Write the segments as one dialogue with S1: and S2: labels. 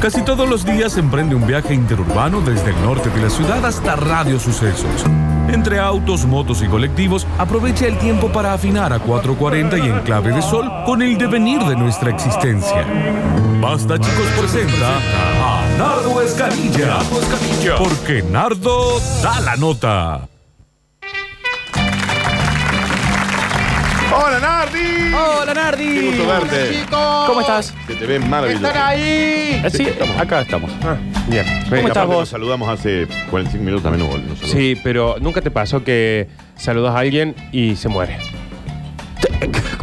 S1: Casi todos los días emprende un viaje interurbano desde el norte de la ciudad hasta Radio Sucesos. Entre autos, motos y colectivos, aprovecha el tiempo para afinar a 440 y en clave de sol con el devenir de nuestra existencia. Basta chicos presenta a Nardo Escanilla, porque Nardo da la nota.
S2: ¡Hola, Nardi!
S3: Hola
S2: Qué
S3: Nardi.
S2: gusto verte.
S3: ¿Cómo estás?
S2: Se te ve maravilloso.
S4: ¡Están ahí!
S3: Eh, Sí,
S2: estamos.
S3: acá estamos.
S2: Ah, bien.
S3: ¿Cómo estás
S2: Aparte,
S3: vos?
S2: Nos saludamos hace 45 minutos también. Hubo, nos saludamos.
S4: Sí, pero nunca te pasó que saludas a alguien y se muere.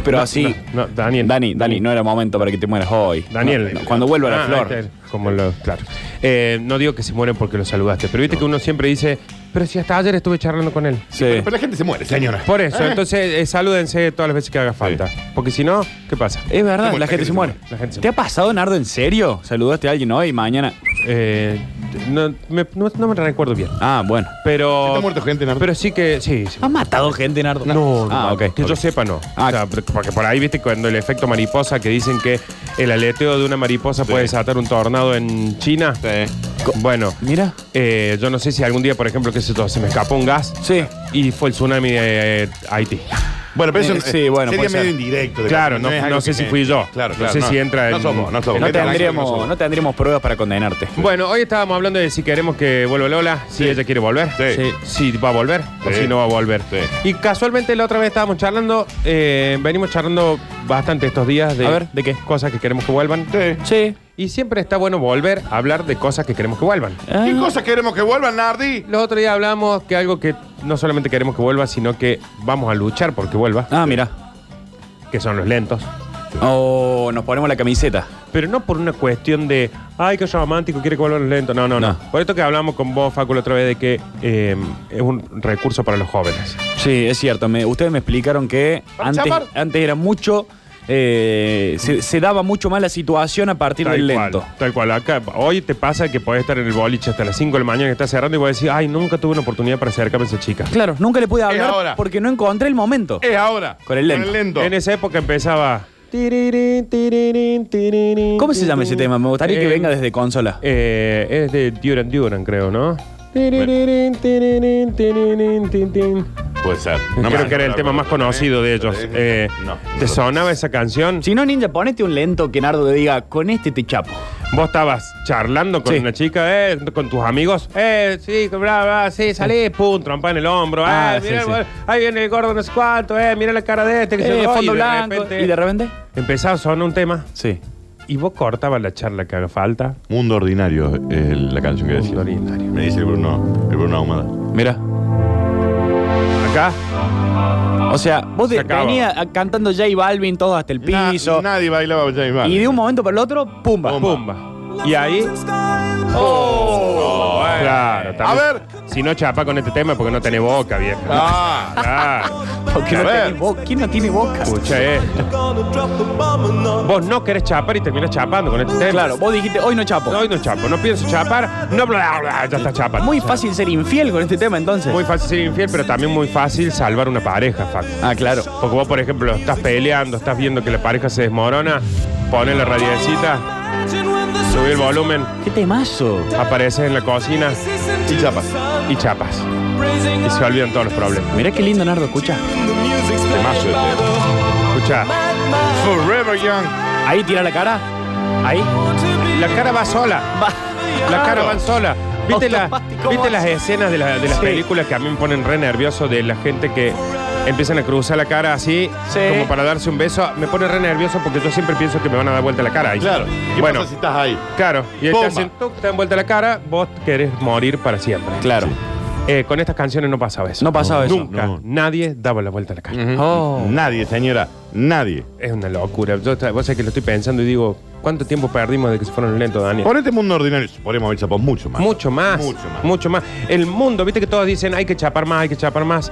S5: Pero así.
S4: No, no, Daniel.
S5: Dani, Dani, no era momento para que te mueras hoy.
S4: Daniel.
S5: No, no, cuando vuelva la
S4: Ah,
S5: flor.
S4: ahí está, Como lo, claro. Eh, no digo que se mueren porque lo saludaste, pero viste que uno siempre dice, pero si hasta ayer estuve charlando con él.
S5: Sí.
S2: Pero, pero la gente se muere, señora.
S4: Por
S5: Ah.
S4: eso, entonces eh, salúdense todas las veces que haga falta. Porque si no, ¿qué pasa?
S5: Es verdad,
S2: muere,
S5: la gente se muere.
S4: La gente se
S5: ¿Te ha pasado, Nardo, en serio? ¿Saludaste a alguien hoy y mañana?
S4: Eh, no, me, no, no me recuerdo bien.
S5: Ah, bueno.
S4: Pero.
S2: ¿Está muerto gente, Nardo?
S4: Pero sí que. Sí, sí.
S5: ¿Has matado gente, Nardo?
S4: No, no,
S5: Ah, ok.
S4: que yo
S5: ok.
S4: sepa no.
S5: Ah,
S4: O sea, porque por ahí, viste, cuando el efecto mariposa, que dicen que el aleteo de una mariposa puede desatar un tornado en China.
S2: Sí.
S4: Bueno,
S5: Mira.
S4: eh, yo no sé si algún día, por ejemplo, que se, se me escapó un gas
S5: Sí.
S4: y fue el tsunami de eh, Haití.
S2: Bueno, pero eso
S5: Eh, sí, bueno,
S2: sería
S5: puede ser.
S2: medio indirecto. de
S4: Claro,
S2: parte,
S4: no-
S2: es
S4: no
S2: algo
S4: sé
S2: que
S4: si
S2: me-
S4: fui yo.
S2: Claro,
S4: No
S2: claro,
S4: sé si entra
S2: No
S4: en-
S2: somos, no somos.
S5: No
S2: Vete a la
S5: tendríamos,
S2: canción,
S5: no tendríamos pruebas para condenarte.
S4: Bueno, hoy estábamos hablando de si queremos que vuelva Lola, si
S2: Sí.
S4: ella quiere volver,
S2: Sí.
S4: si va a volver o
S2: Sí.
S4: si no va a volver.
S2: Sí.
S4: Y casualmente la otra vez estábamos charlando, eh, venimos charlando bastante estos días de,
S5: A ver, ¿de qué?
S4: cosas que queremos que vuelvan.
S2: Sí.
S5: Sí.
S4: Y siempre está bueno volver a hablar de cosas que queremos que vuelvan.
S5: Ah.
S2: ¿Qué cosas queremos que vuelvan, Nardi?
S4: Los otros días hablamos que algo que no solamente queremos que vuelva, sino que vamos a luchar porque vuelva,
S5: Ah, mira.
S4: que son los lentos.
S5: Oh, nos ponemos la camiseta.
S4: Pero no por una cuestión de, ay, que romántico, quiere que vuelvan los lentos. No, no, no,
S5: No.
S4: Por esto que hablamos con vos, Facu, la otra vez de que eh, es un recurso para los jóvenes.
S5: Sí, es cierto. Me- ustedes me explicaron que
S2: Para
S5: antes,
S2: chapar.
S5: antes era mucho. eh, se, se daba mucho más la situación a partir del lento.
S4: cual, tal cual. Acá, hoy te pasa que podés estar en el boliche hasta las 5 de la mañana que está cerrando y vos decís, ay, nunca tuve una oportunidad para acercarme a esa chica.
S5: Claro, nunca le pude hablar
S2: ahora.
S5: porque no encontré el momento.
S2: Es ahora.
S5: Con el lento.
S4: En esa época empezaba.
S5: ¿Cómo
S4: ¿Cómo
S5: se llama ese tema? Me gustaría que venga desde consola.
S4: Eh, es de Duran Duran, creo, ¿no?
S2: Puede ser.
S4: creo que era el tema más conocido de ellos. Eh,
S2: no.
S4: ¿Te sonaba esa canción?
S5: Si no, ninja, ponete un lento que Nardo te diga, con este te chapo.
S4: Vos estabas charlando con
S5: Sí.
S4: una chica, eh, con tus amigos. Eh, sí, bla, bla, sí, salí, pum, trompa en el hombro. Eh,
S5: Ah, sí,
S4: mirá,
S5: sí.
S4: bueno, ahí viene el gordo, no sé cuánto, eh, mira la cara de este. Que se
S5: Eh,
S4: lo-
S5: fondo
S4: y
S5: blanco.
S4: De repente,
S5: ¿Y de repente?
S4: empezaba a sonar un tema
S5: Sí.
S4: y vos cortabas la charla que haga falta.
S2: Mundo Ordinario es la canción que decía.
S4: Mundo Ordinario.
S2: Me dice el Bruno, el Bruno Ahumada.
S5: Mira.
S4: Acá.
S5: O sea, vos
S4: Se
S5: te-
S4: acaba.
S5: venías ah, cantando J Balvin todos hasta el piso.
S2: Na- nadie bailaba James Bond.
S5: y de un momento para el otro, pumba.
S4: Pumba. Y ahí.
S2: Oh, eh.
S4: Claro,
S2: A
S4: también.
S2: ver.
S4: Si no chapa con este tema, porque no tiene boca, vieja.
S2: Ah.
S4: Claro.
S5: ¿Por qué
S2: A
S5: no
S2: ver.
S5: tenés bo- ¿Quién no tiene boca?
S4: Escucha esto. Vos no querés chapar y terminás chapando con este tema.
S5: Claro, vos dijiste, hoy no chapo.
S4: No, hoy no chapo, no pienso chapar, no bla, bla, bla, ya está chapando.
S5: Muy fácil ser infiel con este tema entonces.
S4: Muy fácil ser infiel, pero también muy fácil salvar una pareja, Facu.
S5: Ah, claro.
S4: Porque vos, por ejemplo, estás peleando, estás viendo que la pareja se desmorona, pones la radiecita, subí el volumen,
S5: ¿Qué temazo?
S4: apareces en la cocina
S2: Y chapas.
S4: y chapas. Y se olvidan todos los problemas.
S5: Mirá qué lindo, Nardo, escucha.
S2: Temazo este.
S4: Escucha,
S2: Forever Young.
S5: Ahí tira la cara. Ahí.
S4: la cara va sola,
S5: Va.
S4: la cara va sola. ¿Viste, la-
S5: Automático
S4: viste
S5: va.
S4: las escenas de, la- de las
S5: Sí.
S4: películas que a mí me ponen re nervioso de la gente que empiezan a cruzar la cara así,
S5: Sí.
S4: como para darse un beso? Me pone re nervioso porque yo siempre pienso que me van a dar vuelta la cara. ahí.
S2: Claro. ¿Qué
S4: bueno,
S2: pasa si estás ahí?
S4: Claro, y
S2: Bomba.
S4: te hacen tuc, te dan vuelta la cara, vos querés morir para siempre.
S5: Claro.
S4: Eh, con estas canciones no pasaba eso.
S5: No pasaba eso.
S4: Nunca,
S2: No.
S4: nadie daba la vuelta a la cara.
S5: Oh.
S2: Nadie, señora. Nadie.
S4: Es una locura. Yo, tra- vos sabés que lo estoy pensando y digo, ¿cuánto tiempo perdimos de que se fueron lentos, Daniel?
S2: Ponete Mundo Ordinario. Podríamos haber chapado mucho más.
S4: Eh. Mucho más,
S2: Mucho más.
S4: mucho más. El mundo, viste que todos dicen, hay que chapar más, hay que chapar más.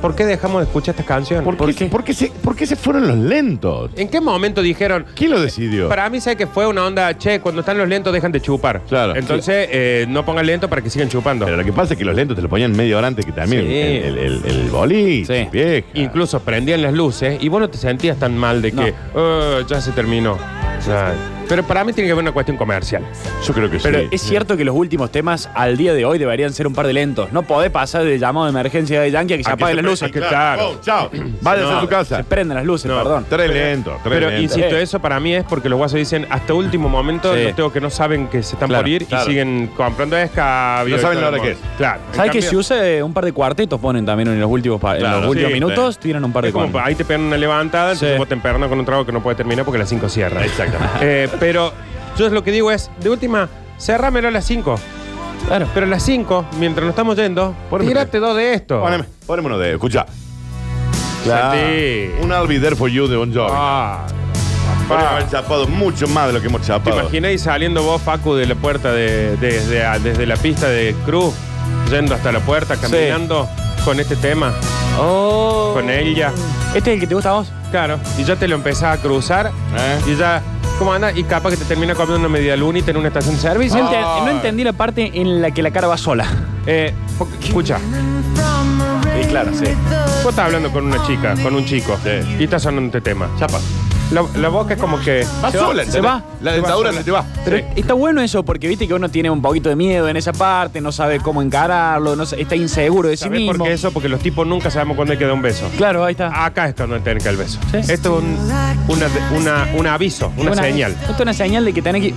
S4: ¿Por qué dejamos de escuchar estas canciones?
S2: ¿Por, qué, por qué se, por qué se fueron los lentos?
S4: ¿En qué momento dijeron,
S2: ¿Quién lo decidió?
S4: Eh, Para mí, sé que fue una onda, che, cuando están los lentos dejan de chupar.
S2: Claro.
S4: Entonces, eh, no pongan lento para que sigan chupando.
S2: Pero lo que pasa es que los lentos te los ponían media hora antes que también
S4: Sí.
S2: el, el, el, el boliche,
S5: Sí.
S2: vieja.
S4: "Oh, Incluso prendían las luces y vos no te sentías tan mal de que, "Eh, ya se terminó. O sea, Pero para mí tiene que haber una cuestión comercial.
S2: Yo creo que
S5: Pero
S2: sí.
S5: es cierto que los últimos temas al día de hoy deberían ser un par de lentos. No podés pasar de llamado de emergencia de Yankee a que se
S2: Ah,
S5: apaguen
S2: que
S5: las luces.
S2: prende,
S4: claro.
S2: Oh, chao. Váyase
S5: No,
S2: a su casa.
S5: Se prenden las luces,
S4: No.
S5: perdón.
S2: Tres lento, tres
S4: Pero
S2: lento.
S4: insisto, eso para mí es porque los guasos dicen hasta último momento
S5: Sí.
S4: los tengo que no saben que se están
S5: Claro,
S4: por ir
S2: claro.
S4: y siguen comprando escabio.
S2: No
S4: y
S2: saben
S4: todo
S2: la hora
S4: el
S2: que
S4: mundo.
S2: es.
S4: Claro. En
S5: ¿Sabes que
S4: cambio-
S5: si usa un par de cuartetos ponen también en los últimos, pa- en
S2: Claro,
S5: los últimos
S2: sí,
S5: minutos?
S2: sí.
S5: Tiran un par de
S4: Es como
S5: cuartetos.
S4: ahí te pegan una levantada, entonces
S5: Sí.
S4: vos te empernas con un trago que no puede terminar porque a las 5 cierra. Exactamente. pero yo lo que digo es, de última, cerrámelo a las 5.
S5: Claro.
S4: Pero a las 5, mientras nos estamos yendo,
S2: Poneme-
S4: tírate dos de esto.
S2: Poneme, poneme uno de. Escucha.
S4: Claro.
S2: Un I'll be there for you de Bon Jovi.
S4: Ah,
S2: Podríamos
S4: papá.
S2: haber chapado mucho más de lo que hemos
S4: ¿Te
S2: chapado.
S4: imagináis saliendo vos, Facu, de la puerta de, desde, a- desde la pista de Cruz, yendo hasta la puerta, caminando con este tema,
S5: Oh.
S4: con ella?
S5: ¿Este es el que te gusta a vos?
S4: Claro. Y ya te lo empezás a cruzar
S2: ¿Eh?
S4: y ya, ¿cómo anda? Y capaz que te termina comiendo una media luna y tenés una estación de servicio.
S5: No, enten- no entendí la parte en la que la cara va sola.
S4: Eh, po- escucha,
S5: Sí, Ah. claro, sí.
S4: vos estás hablando con una chica, con un chico, y estás sonando este tema.
S2: Chapa.
S4: La, la boca es como que.
S2: Va
S5: Se
S2: Ah, sola,
S5: va, se
S2: ¿entendés?
S5: va.
S2: La
S4: Se va
S2: dentadura
S4: sola.
S2: se te va.
S5: Pero
S2: Sí.
S5: está bueno eso porque viste que uno tiene un poquito de miedo en esa parte, no sabe cómo encararlo, no sa- está inseguro de sí
S4: ¿Sabés
S5: mismo.
S4: por qué Ah, eso? Porque los tipos nunca sabemos cuándo hay que dar un beso.
S5: Claro, ahí está.
S4: Acá esto no tiene que el beso.
S5: Sí.
S4: Esto es un, una, una- un aviso, una, señal.
S5: Esto es una señal de que tenés que.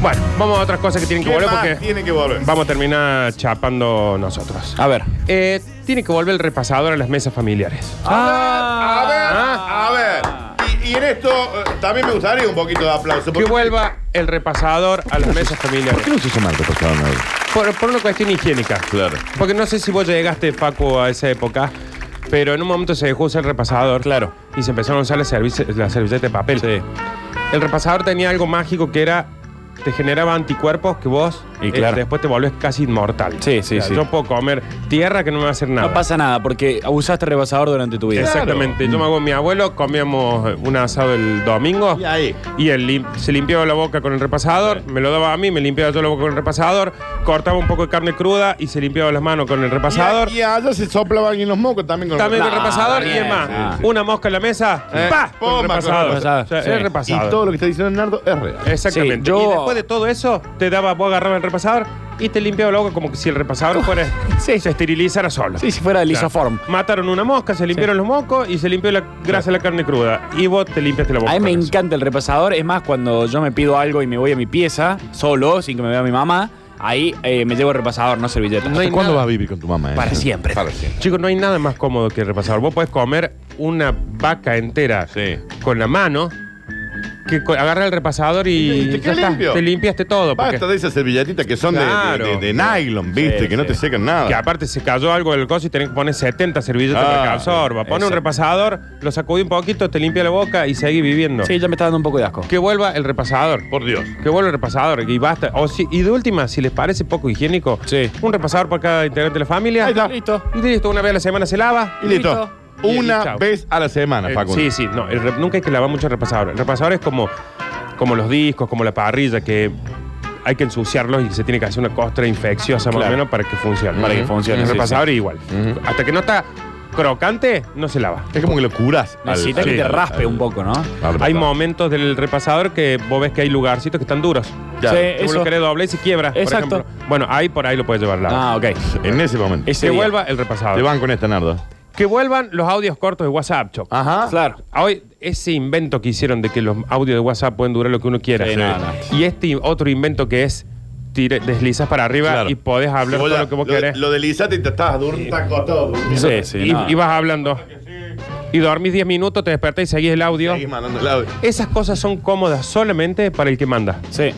S4: Bueno, vamos a otras cosas que tienen que
S2: ¿Qué
S4: volver
S2: más
S4: porque
S2: tiene que volver?
S4: vamos a terminar chapando nosotros.
S5: A ver.
S4: Eh, tiene que volver el repasador a las mesas familiares.
S5: Ah,
S2: A ver,
S4: Ah.
S2: a ver. Y, y en esto eh, también me gustaría un poquito de aplauso.
S4: Que
S2: porque-
S4: vuelva el repasador a las mesas familiares.
S2: no se llama el repasador?
S4: Por, por una cuestión higiénica.
S2: Claro.
S4: Porque no sé si vos llegaste, Paco, a esa época, pero en un momento se dejó usar el repasador. Claro. Y se empezaron a usar las, service- las servilletas de papel. Sí. El repasador tenía algo mágico que era. Te generaba anticuerpos que vos eh,
S5: Y claro.
S4: después te volvés casi inmortal.
S5: Sí, sí, sí.
S4: Yo puedo comer tierra que no me va a hacer nada.
S5: No pasa nada porque abusaste rebasador durante tu vida.
S4: Exactamente. Yo me hago mi abuelo, comíamos eh, un asado el domingo.
S2: Y ahí.
S4: Y él lim- se limpiaba la boca con el repasador, me lo daba a mí, me limpiaba yo la boca con el repasador, cortaba un poco de carne cruda y se limpiaba las manos con el repasador.
S2: Y, y allá se soplaban y los mocos también con Ah,
S4: también
S5: No,
S4: con el repasador y
S5: Daniel,
S4: es más,
S5: sí,
S4: una mosca en la mesa,
S2: Eh,
S4: ¡pa! Con el
S2: pumba,
S4: repasador.
S2: con el
S5: repasador.
S4: O sea,
S5: Sí.
S4: es
S2: Y
S4: repasador.
S2: todo lo que está diciendo Nardo es real.
S4: Exactamente.
S5: Sí, yo-
S4: Y después de todo eso, te daba, vos agarrabas el repasador y te limpiaba la boca como que si el repasador fuera, se esterilizara solo.
S5: Sí, si fuera de Lisoform.
S4: Mataron una mosca, se limpiaron los mocos y se limpió la grasa de la carne cruda. Y vos te limpiaste la boca.
S5: A mí me
S4: con eso.
S5: encanta el repasador. Es más, cuando yo me pido algo y me voy a mi pieza, solo, sin que me vea mi mamá, ahí eh, me llevo el repasador, no servilleta.
S4: No hay
S2: ¿Cuándo vas
S4: nada-
S2: a vivir con tu mamá? eh?
S5: Para siempre.
S2: Para siempre.
S4: Chicos, no hay nada más cómodo que el repasador. Vos podés comer una vaca entera
S2: Sí.
S4: con la mano que co- agarrar el repasador
S2: Y
S4: y,
S2: te queda
S4: ya está.
S2: limpio.
S4: te limpiaste todo. porque-
S2: Basta de esas servilletitas que son de-
S4: Claro.
S2: de, de- de nylon, ¿viste?
S5: Sí,
S2: que no
S5: sí.
S2: te secan nada.
S4: que aparte se cayó algo del coso y tenés que poner 70 servilletas
S2: Ah,
S4: para que absorba. Pone un
S5: exacto.
S4: repasador, lo sacudí un poquito, te limpia la boca y seguí viviendo.
S5: Sí, ya me está dando un poco de asco.
S4: Que vuelva el repasador.
S2: Por Dios.
S4: Que vuelva el repasador y basta. O si- y de última, si les parece poco higiénico,
S5: Sí.
S4: un repasador por cada integrante de la familia.
S2: Ahí está.
S5: Listo.
S4: Y listo, una vez a la semana se lava.
S2: Y listo.
S4: Y- y
S2: Una
S4: chao.
S2: vez a la semana,
S4: Eh,
S2: Facundo.
S4: sí, sí, no, el rep- nunca hay que lavar mucho el repasador. El repasador es como, como los discos, como la parrilla, que hay que ensuciarlos y se tiene que hacer una costra infecciosa más o
S5: Claro.
S4: menos para que funcione.
S5: Para que
S4: Ujú.
S5: funcione,
S4: El
S5: sí,
S4: repasador es igual. Hasta que no está crocante, no se lava.
S2: Es como que lo curás. al-
S5: Necesitas que
S2: al-
S5: te
S2: al-
S5: raspe
S2: al-
S5: un poco, ¿no?
S2: al-
S4: Hay
S2: al-
S4: momentos del repasador que vos ves que hay lugarcitos que están duros.
S5: Ya. Sí,
S4: Que vos
S5: eso.
S4: lo querés doble y se quiebra. por
S5: Exacto.
S4: ejemplo. bueno, ahí por ahí lo puedes llevar al lado.
S5: Ah, ok.
S2: En ese momento.
S5: Ese
S4: que
S5: día.
S4: vuelva el
S2: Te
S4: repasador.
S2: van con esta, Nardo.
S4: Que vuelvan los audios cortos de WhatsApp, Choc.
S2: Ajá.
S5: Claro.
S4: Ah, Hoy, ese invento que hicieron de que los audios de WhatsApp pueden durar lo que uno quiera.
S5: Sí,
S4: Sí.
S5: nada.
S4: Y este otro invento que es tire- deslizas para arriba
S2: Claro.
S4: y podés hablar
S2: Si vos
S4: todo
S2: la-
S4: lo que vos
S2: lo,
S4: querés.
S2: Lo deslizaste y te estabas durmiendo, acostado, durmiendo.
S5: Sí, sí.
S4: y,
S5: no.
S4: y vas hablando. Y dormís 10 minutos, te despertás y seguís el audio.
S2: Seguís mandando el audio.
S4: Esas cosas son cómodas solamente para el que manda.
S5: Sí.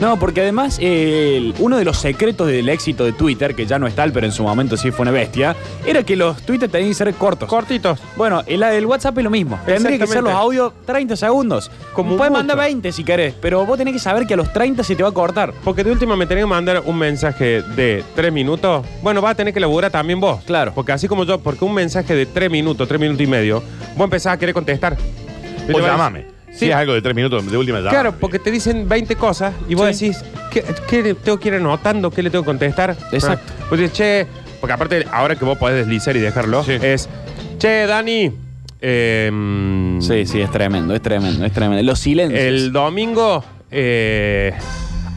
S5: No, porque además eh, el- uno de los secretos del éxito de Twitter, que ya no es tal, pero en su momento sí fue una bestia, era que los Twitter tenían que ser cortos.
S4: Cortitos.
S5: bueno, el, el WhatsApp es lo mismo. Tendría que ser
S4: Exactamente.
S5: los audios 30 segundos.
S4: Como
S5: Puedes
S4: mucho.
S5: mandar 20 si querés, pero vos tenés que saber que a los 30 se te va a cortar.
S4: Porque de última me tenés que mandar un mensaje de 3 minutos. Bueno, vas a tener que laburar también vos.
S5: Claro.
S4: Porque así como yo, porque un mensaje de 3 minutos, 3 minutos y medio, vos empezás a querer contestar. Y
S2: O
S4: te vas-
S2: llamame.
S4: Sí.
S2: Si es algo de tres minutos, de última llamada.
S4: Claro, porque te dicen 20 cosas y vos
S5: Sí.
S4: decís, ¿qué, qué le tengo que ir anotando? ¿Qué le tengo que contestar?
S5: Exacto.
S4: Ah, Pues dices, che, porque aparte, ahora que vos podés deslizar y dejarlo,
S2: Sí.
S4: es, che, Dani, eh, mm, Mm.
S5: Sí, sí, es tremendo, es tremendo, es tremendo. Los silencios.
S4: El domingo. eh,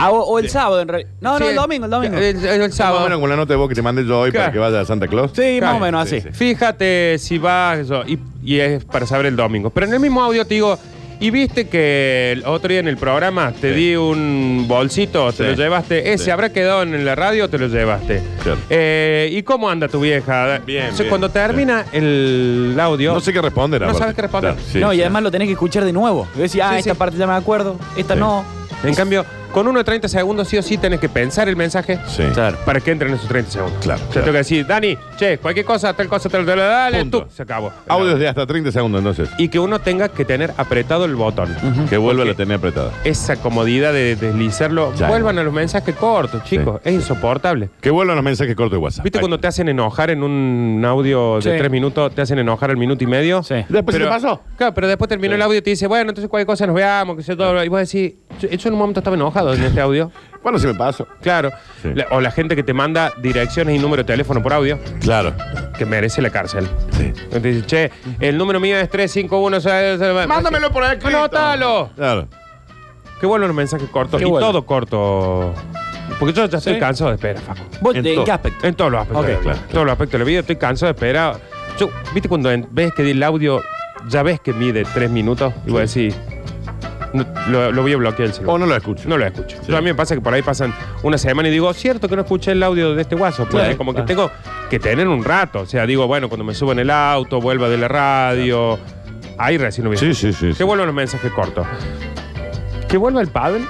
S5: Ah, o, o el sábado, en realidad. No, no,
S4: sí,
S5: el domingo, el domingo.
S4: El, el- el
S2: Más o
S4: sábado.
S2: menos con la nota de voz que te mandé yo hoy para
S4: Claro.
S2: que vaya a Santa Claus.
S5: sí, más
S4: claro,
S5: o menos
S2: sí,
S5: así.
S4: Fíjate si vas eso, y, y es para saber el domingo. Pero en el mismo audio te digo, y viste que el otro día en el programa te
S2: Sí.
S4: di un bolsito,
S2: Sí.
S4: te lo llevaste. Ese
S2: Sí.
S4: habrá quedado en la radio, te lo llevaste.
S2: Claro.
S4: Eh, ¿Y cómo anda tu vieja?
S2: Bien,
S4: O sea,
S2: bien,
S4: cuando termina el audio.
S2: No sé qué responder.
S4: No
S2: aparte.
S4: sabes qué responder.
S2: Claro, sí,
S5: no, y
S2: sí.
S5: además lo tenés que escuchar de nuevo. Y decís, ah,
S4: Sí,
S5: esta
S4: sí.
S5: parte ya me acuerdo, esta
S2: Sí.
S5: no.
S4: En cambio, con uno de 30 segundos sí o sí tenés que pensar el mensaje.
S2: Sí.
S5: Claro.
S4: Para que entren esos 30 segundos.
S2: Claro,
S4: O sea,
S2: claro.
S4: tengo que decir, Dani, che, cualquier cosa, tal cosa, tal, tal, tal, dale,
S2: Punto.
S4: tú. Se acabó.
S2: Audios de hasta 30 segundos, entonces.
S4: Y que uno tenga que tener apretado el botón.
S2: Que vuelva a la
S4: Porque
S2: tener apretada.
S4: Esa comodidad de deslizarlo.
S2: Ya.
S4: Vuelvan a los mensajes cortos, chicos. Es insoportable.
S2: Que vuelvan los mensajes cortos de WhatsApp.
S4: ¿Viste
S2: Ahí.
S4: cuando te hacen enojar en un audio de
S5: Sí.
S4: tres minutos? ¿Te hacen enojar al minuto y medio?
S5: Sí.
S2: Después se te pasó.
S4: Claro, pero después terminó el audio y te dice, bueno, entonces cualquier cosa nos veamos, que sé todo. Y vos decís, yo yo en un momento estaba enojado en este audio.
S2: Bueno, se me pasó.
S4: Claro.
S2: Sí.
S4: La- o la gente que te manda direcciones y número de teléfono por audio,
S2: Claro.
S4: que merece la cárcel.
S2: Sí.
S4: Te dice, che, el número mío es 351.
S2: Mándamelo por escrito.
S4: ¡Anótalo!
S2: Claro.
S4: Que vuelvan los mensajes cortos.
S5: Qué
S4: Y
S5: bueno.
S4: todo corto. Porque yo ya estoy
S5: Sí.
S4: cansado de esperar, Facu.
S5: ¿Vos
S2: En
S5: de
S2: todo.
S5: qué aspecto?
S4: En todos los aspectos.
S5: Ok,
S4: de la vida.
S2: claro,
S4: En todos los aspectos de la vida estoy cansado de esperar. Yo, ¿Viste cuando en- ves que el audio ya ves que mide tres minutos? Y vos decís, no, lo, lo voy a bloquear el celular.
S2: O no lo escucho.
S4: No lo escucho.
S2: Sí.
S4: Yo a mí me pasa que por ahí pasan una semana y digo, cierto que no escuché el audio de este guaso. Pues
S5: Claro,
S4: es como
S5: claro.
S4: que tengo que tener un rato. O sea, digo, bueno, cuando me subo en el auto, vuelva de la radio. Ahí recién lo vi.
S2: Sí, sí, sí.
S4: Que
S2: sí.
S4: vuelvan los mensajes cortos. Que vuelva el paddle.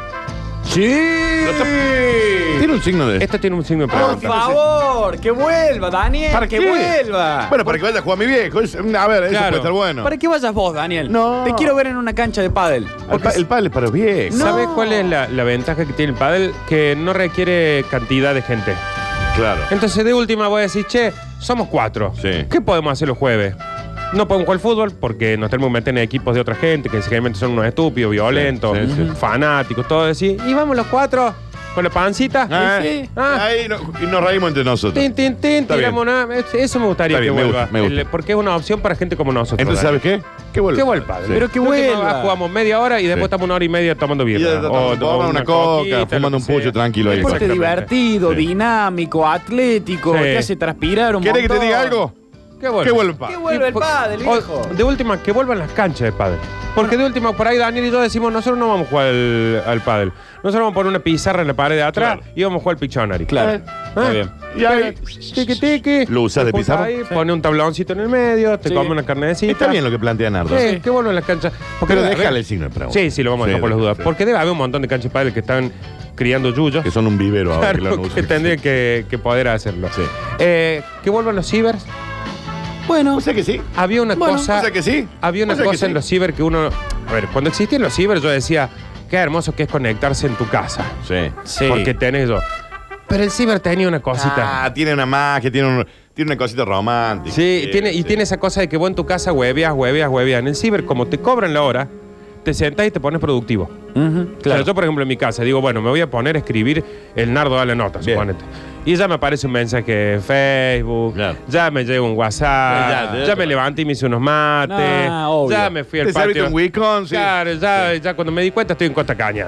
S2: Tiene un signo de.
S4: Esto tiene un signo de
S5: Por
S4: pregunta.
S5: favor, que vuelva, Daniel.
S2: ¿Para
S5: que
S2: qué?
S5: vuelva.
S2: Bueno, para que vaya a jugar mi viejo. Es- A ver, eso
S4: Claro.
S2: puede estar bueno.
S5: ¿Para qué vayas vos, Daniel?
S2: No.
S5: Te quiero ver en una cancha de pádel.
S2: El, pa- el padre es para viejos.
S5: No.
S4: ¿Sabes cuál es la, la ventaja que tiene el paddle? Que no requiere cantidad de gente.
S2: Claro.
S4: Entonces, de última voy a decir, che, somos cuatro.
S2: Sí.
S4: ¿Qué podemos hacer los jueves? No podemos jugar al fútbol porque nos tenemos que meter en equipos de otra gente que generalmente son unos estúpidos, violentos,
S2: Sí, sí, sí.
S4: fanáticos, todo así. Y vamos los cuatro con la pancita.
S2: Ah,
S5: Sí, sí.
S4: Ah.
S2: Ahí no- y nos reímos entre nosotros.
S4: Tin, tin, tin,
S2: Está
S4: tiramos una- Eso me gustaría
S2: Está bien,
S4: que
S2: me
S4: vuelva.
S2: gusta, me gusta.
S4: El- porque es una opción para gente como nosotros. ¿eh?
S2: Entonces,
S4: Dani.
S2: ¿sabes qué? Que vuelva.
S4: Qué buen padre.
S2: Sí.
S5: Pero que
S4: Lo último,
S5: vuelva.
S4: ah, Jugamos media hora y después
S2: Sí.
S4: estamos una hora y media tomando
S2: Y ya
S4: birra.
S2: está, tomando una coca, fumando un pucho, tranquilo ahí.
S5: Deporte
S4: Exactamente.
S5: divertido,
S2: Sí.
S5: dinámico, atlético,
S4: Sí.
S5: te hace transpirar un
S2: ¿Quieres que te
S5: montón.
S2: diga algo?
S4: Que vuelva.
S2: Que vuelva el padre.
S5: Que vuelva el
S4: Y por-
S5: pádel,
S4: o-
S5: viejo.
S4: De última, que vuelvan las canchas de pádel. Porque de última, por ahí Daniel y yo decimos, nosotros no vamos a jugar al, al pádel. Nosotros vamos a poner una pizarra en la pared de atrás
S2: Claro.
S4: y vamos a jugar al Pictionary.
S5: Claro.
S4: Ah,
S5: Muy bien.
S2: Y ahí.
S4: Tiki, tiki.
S2: ¿Lo usás de
S4: Te
S2: pizarra?
S4: juntas ahí, Pone un tabloncito en el medio, te
S5: Sí.
S4: come una carnecita.
S2: Está bien lo que plantea Nardo.
S4: Sí, que vuelvan las canchas. Porque
S2: Pero
S4: debe haber-
S2: déjale el signo de pregunta.
S4: Sí, sí, lo vamos a dejar por las dudas.
S2: sí.
S4: Porque debe haber un montón de canchas de pádel que están criando yuyos.
S2: Que son un vivero ahora.
S4: Claro,
S2: lo han
S4: que
S2: usado.
S4: tendría que, que poder hacerlo.
S2: Sí.
S4: Eh, que vuelvan los cibers.
S5: Bueno,
S2: O sea que sí.
S4: Había una
S5: Bueno,
S4: cosa.
S2: O sea que sí.
S4: Había una
S2: O sea que
S4: cosa en
S2: sí.
S4: los ciber que uno. A ver, cuando existían los ciber, yo decía, qué hermoso que es conectarse en tu casa.
S2: Sí.
S5: Sí.
S4: Porque tenés yo. Pero el ciber tenía una cosita.
S2: Ah, tiene una magia, tiene, un- tiene una cosita romántica.
S4: sí, tiene, y
S2: sí.
S4: tiene esa cosa de que vos en tu casa hueveas, hueveas, hueveas. En el ciber, como te cobran la hora, te sentás y te pones productivo.
S5: Ujú,
S4: Claro. yo, por ejemplo, en mi casa digo, bueno, me voy a poner a escribir el nardo a la nota,
S2: Bien.
S4: suponete. Y ya me aparece un mensaje en Facebook,
S2: Claro.
S4: ya me llega un WhatsApp,
S2: Ya,
S4: ya,
S2: ya, ya.
S4: me levanté y me hice unos mates,
S5: Ah, obvio.
S4: ya me fui al
S2: Te serviste
S4: patio.
S2: un wicón, sí.
S4: Claro, ya, ya cuando me di cuenta estoy en Costa Caña.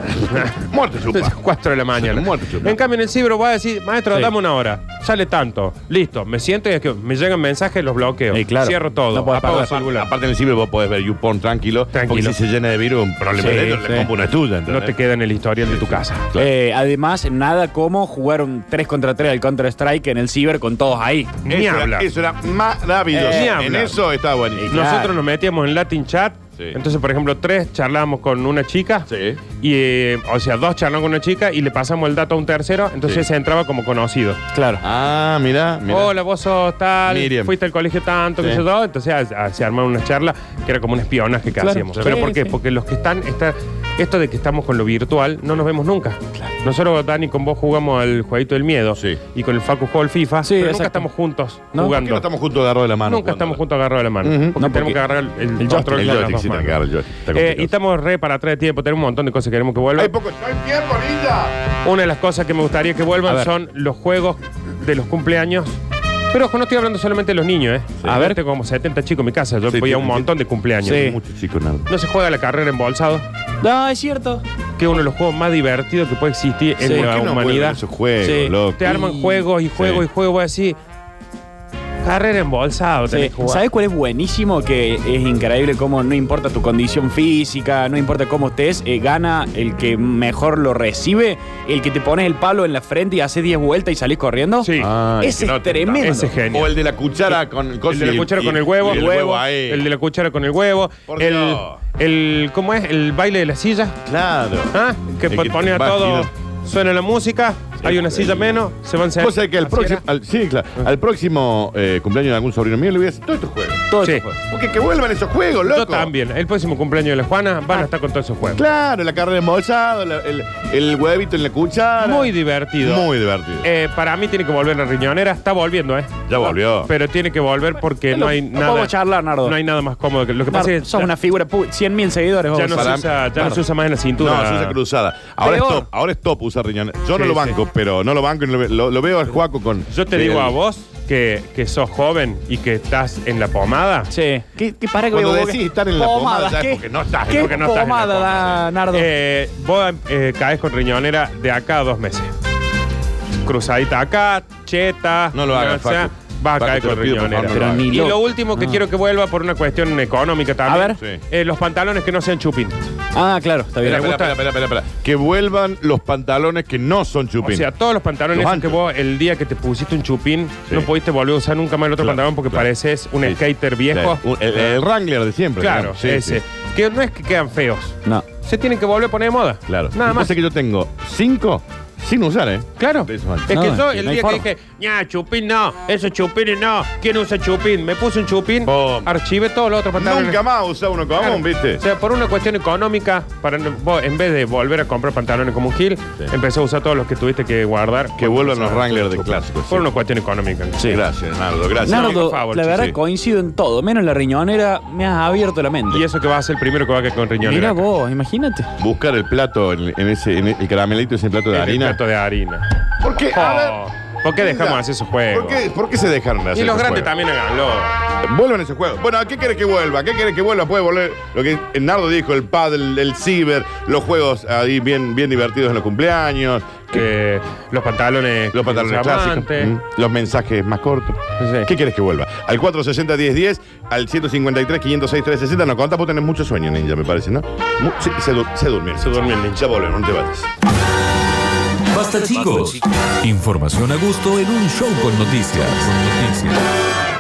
S2: Muerte, chupa.
S4: 4 de la mañana.
S2: Muerte, chupa.
S4: en cambio, en el cibro voy a decir, maestro, dame una hora. Sale tanto. Listo. Me siento y es que me llegan mensajes, los bloqueo.
S5: Y claro.
S4: Cierro todo.
S5: No podés
S4: apago
S5: parar.
S4: el celular.
S2: Aparte en el ciber vos podés ver YouPorn tranquilo,
S4: Tranquilo.
S2: porque si se llena de virus un problema
S5: Sí,
S2: de ellos,
S5: sí.
S2: la compu no es tuya, ¿entendés?
S4: No te queda en el historial de tu casa.
S2: Claro.
S5: Eh, además, nada como jugar un 3 contra 3 al Counter-Strike en el ciber con todos ahí.
S4: Ni
S2: eso, era,
S4: hablar.
S2: eso era maravilloso.
S4: Eh, ni
S2: en
S4: hablar.
S2: eso estaba buenísimo.
S5: Claro.
S4: Nosotros nos metíamos en Latin Chat.
S2: Sí.
S4: Entonces, por ejemplo, tres charlábamos con una chica.
S2: Sí.
S4: Y, eh, o sea, dos charlaban con una chica y le pasamos el dato a un tercero. Entonces
S2: Sí.
S4: se entraba como conocido.
S5: Claro.
S2: Ah, mirá, mirá.
S4: Hola, vos sos tal.
S2: Miriam.
S4: Fuiste al colegio tanto,
S2: Sí.
S4: que yo todo. Entonces a- a- se armaron una charla que era como un espionaje que
S5: Claro.
S4: hacíamos.
S5: Sí,
S4: ¿Pero por qué?
S5: sí.
S4: Porque los que están. está- esto de que estamos con lo virtual, no nos vemos nunca. Nosotros, Dani, con vos jugamos al jueguito del miedo.
S2: Sí.
S4: Y con el Facu juega al FIFA.
S5: Sí,
S4: pero
S5: exacto.
S4: nunca estamos juntos
S5: ¿No?
S2: ¿Por qué
S4: jugando.
S2: no estamos juntos agarrados de la mano?
S4: Nunca estamos juntos agarrados de la mano.
S2: Ujú.
S4: Porque
S5: No,
S4: tenemos
S5: porque
S4: que agarrar el,
S5: el
S4: control
S2: El
S4: con las
S2: joystick,
S4: dos
S2: sí,
S4: manos.
S2: tenés que agarrar el joystick. Está
S4: Eh,
S2: complicado.
S4: y estamos re para atrás de tiempo, tenemos un montón de cosas que queremos que
S2: Hay
S4: vuelvan.
S2: poco, no hay tiempo, ninja.
S4: Una de las cosas que me gustaría que
S5: A
S4: vuelvan
S5: ver.
S4: son los juegos de los cumpleaños Pero ojo, no estoy hablando solamente de los niños, ¿eh?
S5: Sí.
S4: A ver, tengo como 70 chicos en mi casa. Yo
S2: Sí,
S4: voy a
S2: sí,
S4: un
S2: sí.
S4: montón de cumpleaños.
S5: Sí.
S2: Muchos chicos nada.
S4: No se juega la carrera embolsado,
S5: No, es cierto.
S4: que es uno de los juegos más divertidos que puede existir en
S5: Sí.
S4: la
S6: ¿Por qué no vuelven
S4: humanidad.
S6: esos juegos,
S5: Sí.
S6: loco?
S4: Te arman
S5: Y-
S4: juegos y juegos
S2: Sí.
S4: y juegos así. Carrera embolsado, tenés que jugar.
S5: ¿Sabes cuál es buenísimo? Que es increíble cómo no importa tu condición física, no importa cómo estés, eh, gana el que mejor lo recibe, el que te pones el palo en la frente y hace 10 vueltas y salís corriendo.
S4: Sí.
S2: Ah,
S5: Ese
S2: que no
S5: es
S2: te-
S5: tremendo.
S4: Ese es genio.
S2: O el de la cuchara con el coso
S4: El de
S2: y-
S4: la cuchara
S2: y-
S4: con el huevo,
S2: y el huevo ahí.
S4: el de la cuchara con el huevo,
S6: Por
S4: el,
S6: Dios.
S4: el ¿cómo es? El baile de la silla,
S2: Claro.
S4: ¿ah? Que
S2: El que
S4: pone a
S2: va
S4: todo,
S2: girando.
S4: suena la música, hay una
S2: sí.
S4: silla menos, se van
S2: Cosa de que al
S4: Así
S2: próximo,
S4: era.
S2: al, sí, claro, al próximo eh, cumpleaños de algún sobrino mío le voy a decir todos estos juegos.
S5: Todo
S4: Sí.
S5: ese juego.
S6: Porque que vuelvan esos juegos, loco.
S4: Yo también, el próximo cumpleaños de la Juana van a estar con todos esos juegos.
S2: Claro, la carne embolsada, la- el, el huevito en la cuchara.
S4: Muy divertido.
S2: Muy divertido.
S4: Eh, para mí tiene que volver la riñonera, está volviendo, ¿eh?
S2: Ya volvió.
S4: Pero tiene que volver porque no hay
S5: Lo- lo
S4: nada.
S5: podemos charlar, Nardo.
S4: No hay nada más cómodo que lo que
S5: Nardo,
S4: pasa es que
S5: sos
S4: ya-
S5: una figura, 100 mil seguidores. vos.
S4: ya no, se
S2: Para-
S4: usa, ya no se usa más en la cintura.
S2: No, se usa cruzada. Ahora
S5: Peor.
S2: es top, ahora es top usar riñones. Yo no
S4: Sí,
S2: lo banco,
S4: sí.
S2: pero no lo banco y no lo, lo- lo veo al Juaco con.
S4: Yo te
S2: el-
S4: digo a vos que, que sos joven y que estás en la pomada.
S5: Sí. ¿Qué, qué para que
S2: Cuando
S5: voy a-
S2: decís estar en la pomada, ya es
S5: ¿qué?
S2: porque no estás,
S5: ¿Qué
S4: porque no estás en la
S5: pomada,
S4: pomada,
S5: da, Nardo?
S4: Eh, vos eh, caes con riñonera de acá a dos meses. Cruzadita acá, cheta.
S2: No lo hagas,
S4: o sea,
S2: Facu.
S4: Vas a
S2: Facu,
S4: caer
S2: te lo
S4: con
S2: pido, por
S4: riñonera.
S2: favor, no lo
S5: Pero ni
S4: y
S5: loco.
S4: lo último que quiero que vuelva por una cuestión económica también.
S5: A
S2: ver. Sí.
S4: Eh, los pantalones que no sean chupín.
S5: Ah, claro, está bien.
S4: eh,
S2: Espera, espera, espera, espera, espera. Que vuelvan los pantalones que no son
S4: O
S2: chupín.
S4: sea, todos los pantalones
S2: Los
S4: esos que
S2: anchos.
S4: vos el día que te pusiste un chupín
S2: Sí.
S4: no pudiste volver a usar nunca más el otro
S2: Claro,
S4: pantalón porque
S2: claro.
S4: pareces un
S2: Sí.
S4: skater viejo. Ah.
S2: Sí, un- el, el Wrangler de siempre.
S4: Claro,
S2: digamos. Sí,
S4: ese.
S2: sí.
S4: Que no es que quedan feos.
S5: No.
S4: Se tienen que volver a poner de moda.
S2: Claro.
S4: Nada más.
S2: Sé que yo tengo cinco sin usar, ¿eh?
S4: Claro.
S2: De
S4: Es
S2: esos anchos.
S4: que
S5: No,
S4: yo
S5: es que
S4: el
S5: no hay
S4: día que
S5: forma.
S4: dije, ya, chupín no, esos chupines no, ¿quién usa chupín? Me puse un chupín,
S2: Pum.
S4: archivé todos los otros pantalones.
S6: Nunca más usa uno común,
S4: Claro.
S6: ¿viste?
S4: O sea, por una cuestión económica, para no- vos, en vez de volver a comprar pantalones como un gil, empecé a usar todos los que tuviste que guardar.
S2: Que vuelvan los Wranglers de clásicos.
S4: Por una cuestión económica.
S2: Sí, gracias, Nardo. Gracias.
S5: Nardo,
S4: por favor,
S5: la
S4: sí,
S5: verdad
S2: sí.
S5: coincido en todo, menos la riñonera, me has abierto la mente.
S4: Y eso que va a ser el primero que va a quedar con riñón.
S5: Mira vos, imagínate.
S2: Buscar el plato, en, en ese, en el caramelito, ese plato de harina.
S4: plato de harina.
S6: ¿Por qué? A
S4: Oh,
S6: ver,
S4: ¿Por qué dejamos
S6: Mira,
S4: hacer esos juegos?
S6: ¿Por qué, por qué se dejaron de hacer
S4: Y los
S6: esos
S4: grandes
S6: juegos?
S4: también háganlo.
S2: Vuelvan esos juegos.
S6: Bueno, ¿a qué querés que vuelva? ¿Qué querés que vuelva? Puede volver
S2: Lo que Nardo dijo, el paddle, el ciber, los juegos ahí bien, bien divertidos en los cumpleaños,
S4: Que los pantalones.
S2: los pantalones clásicos,
S4: diamantes.
S2: mm, los mensajes más cortos.
S4: Sí.
S2: ¿Qué quieres que vuelva? Al 460-1010, al 153-506-360. No, contá, vos tenés mucho sueño, ninja, me parece, ¿no? Mu- sí, se, du- se durmió.
S4: Se durmió el ninja.
S2: Ya volvemos, no te vayas.
S1: Basta chicos. Información a gusto en un show con noticias. Con noticias.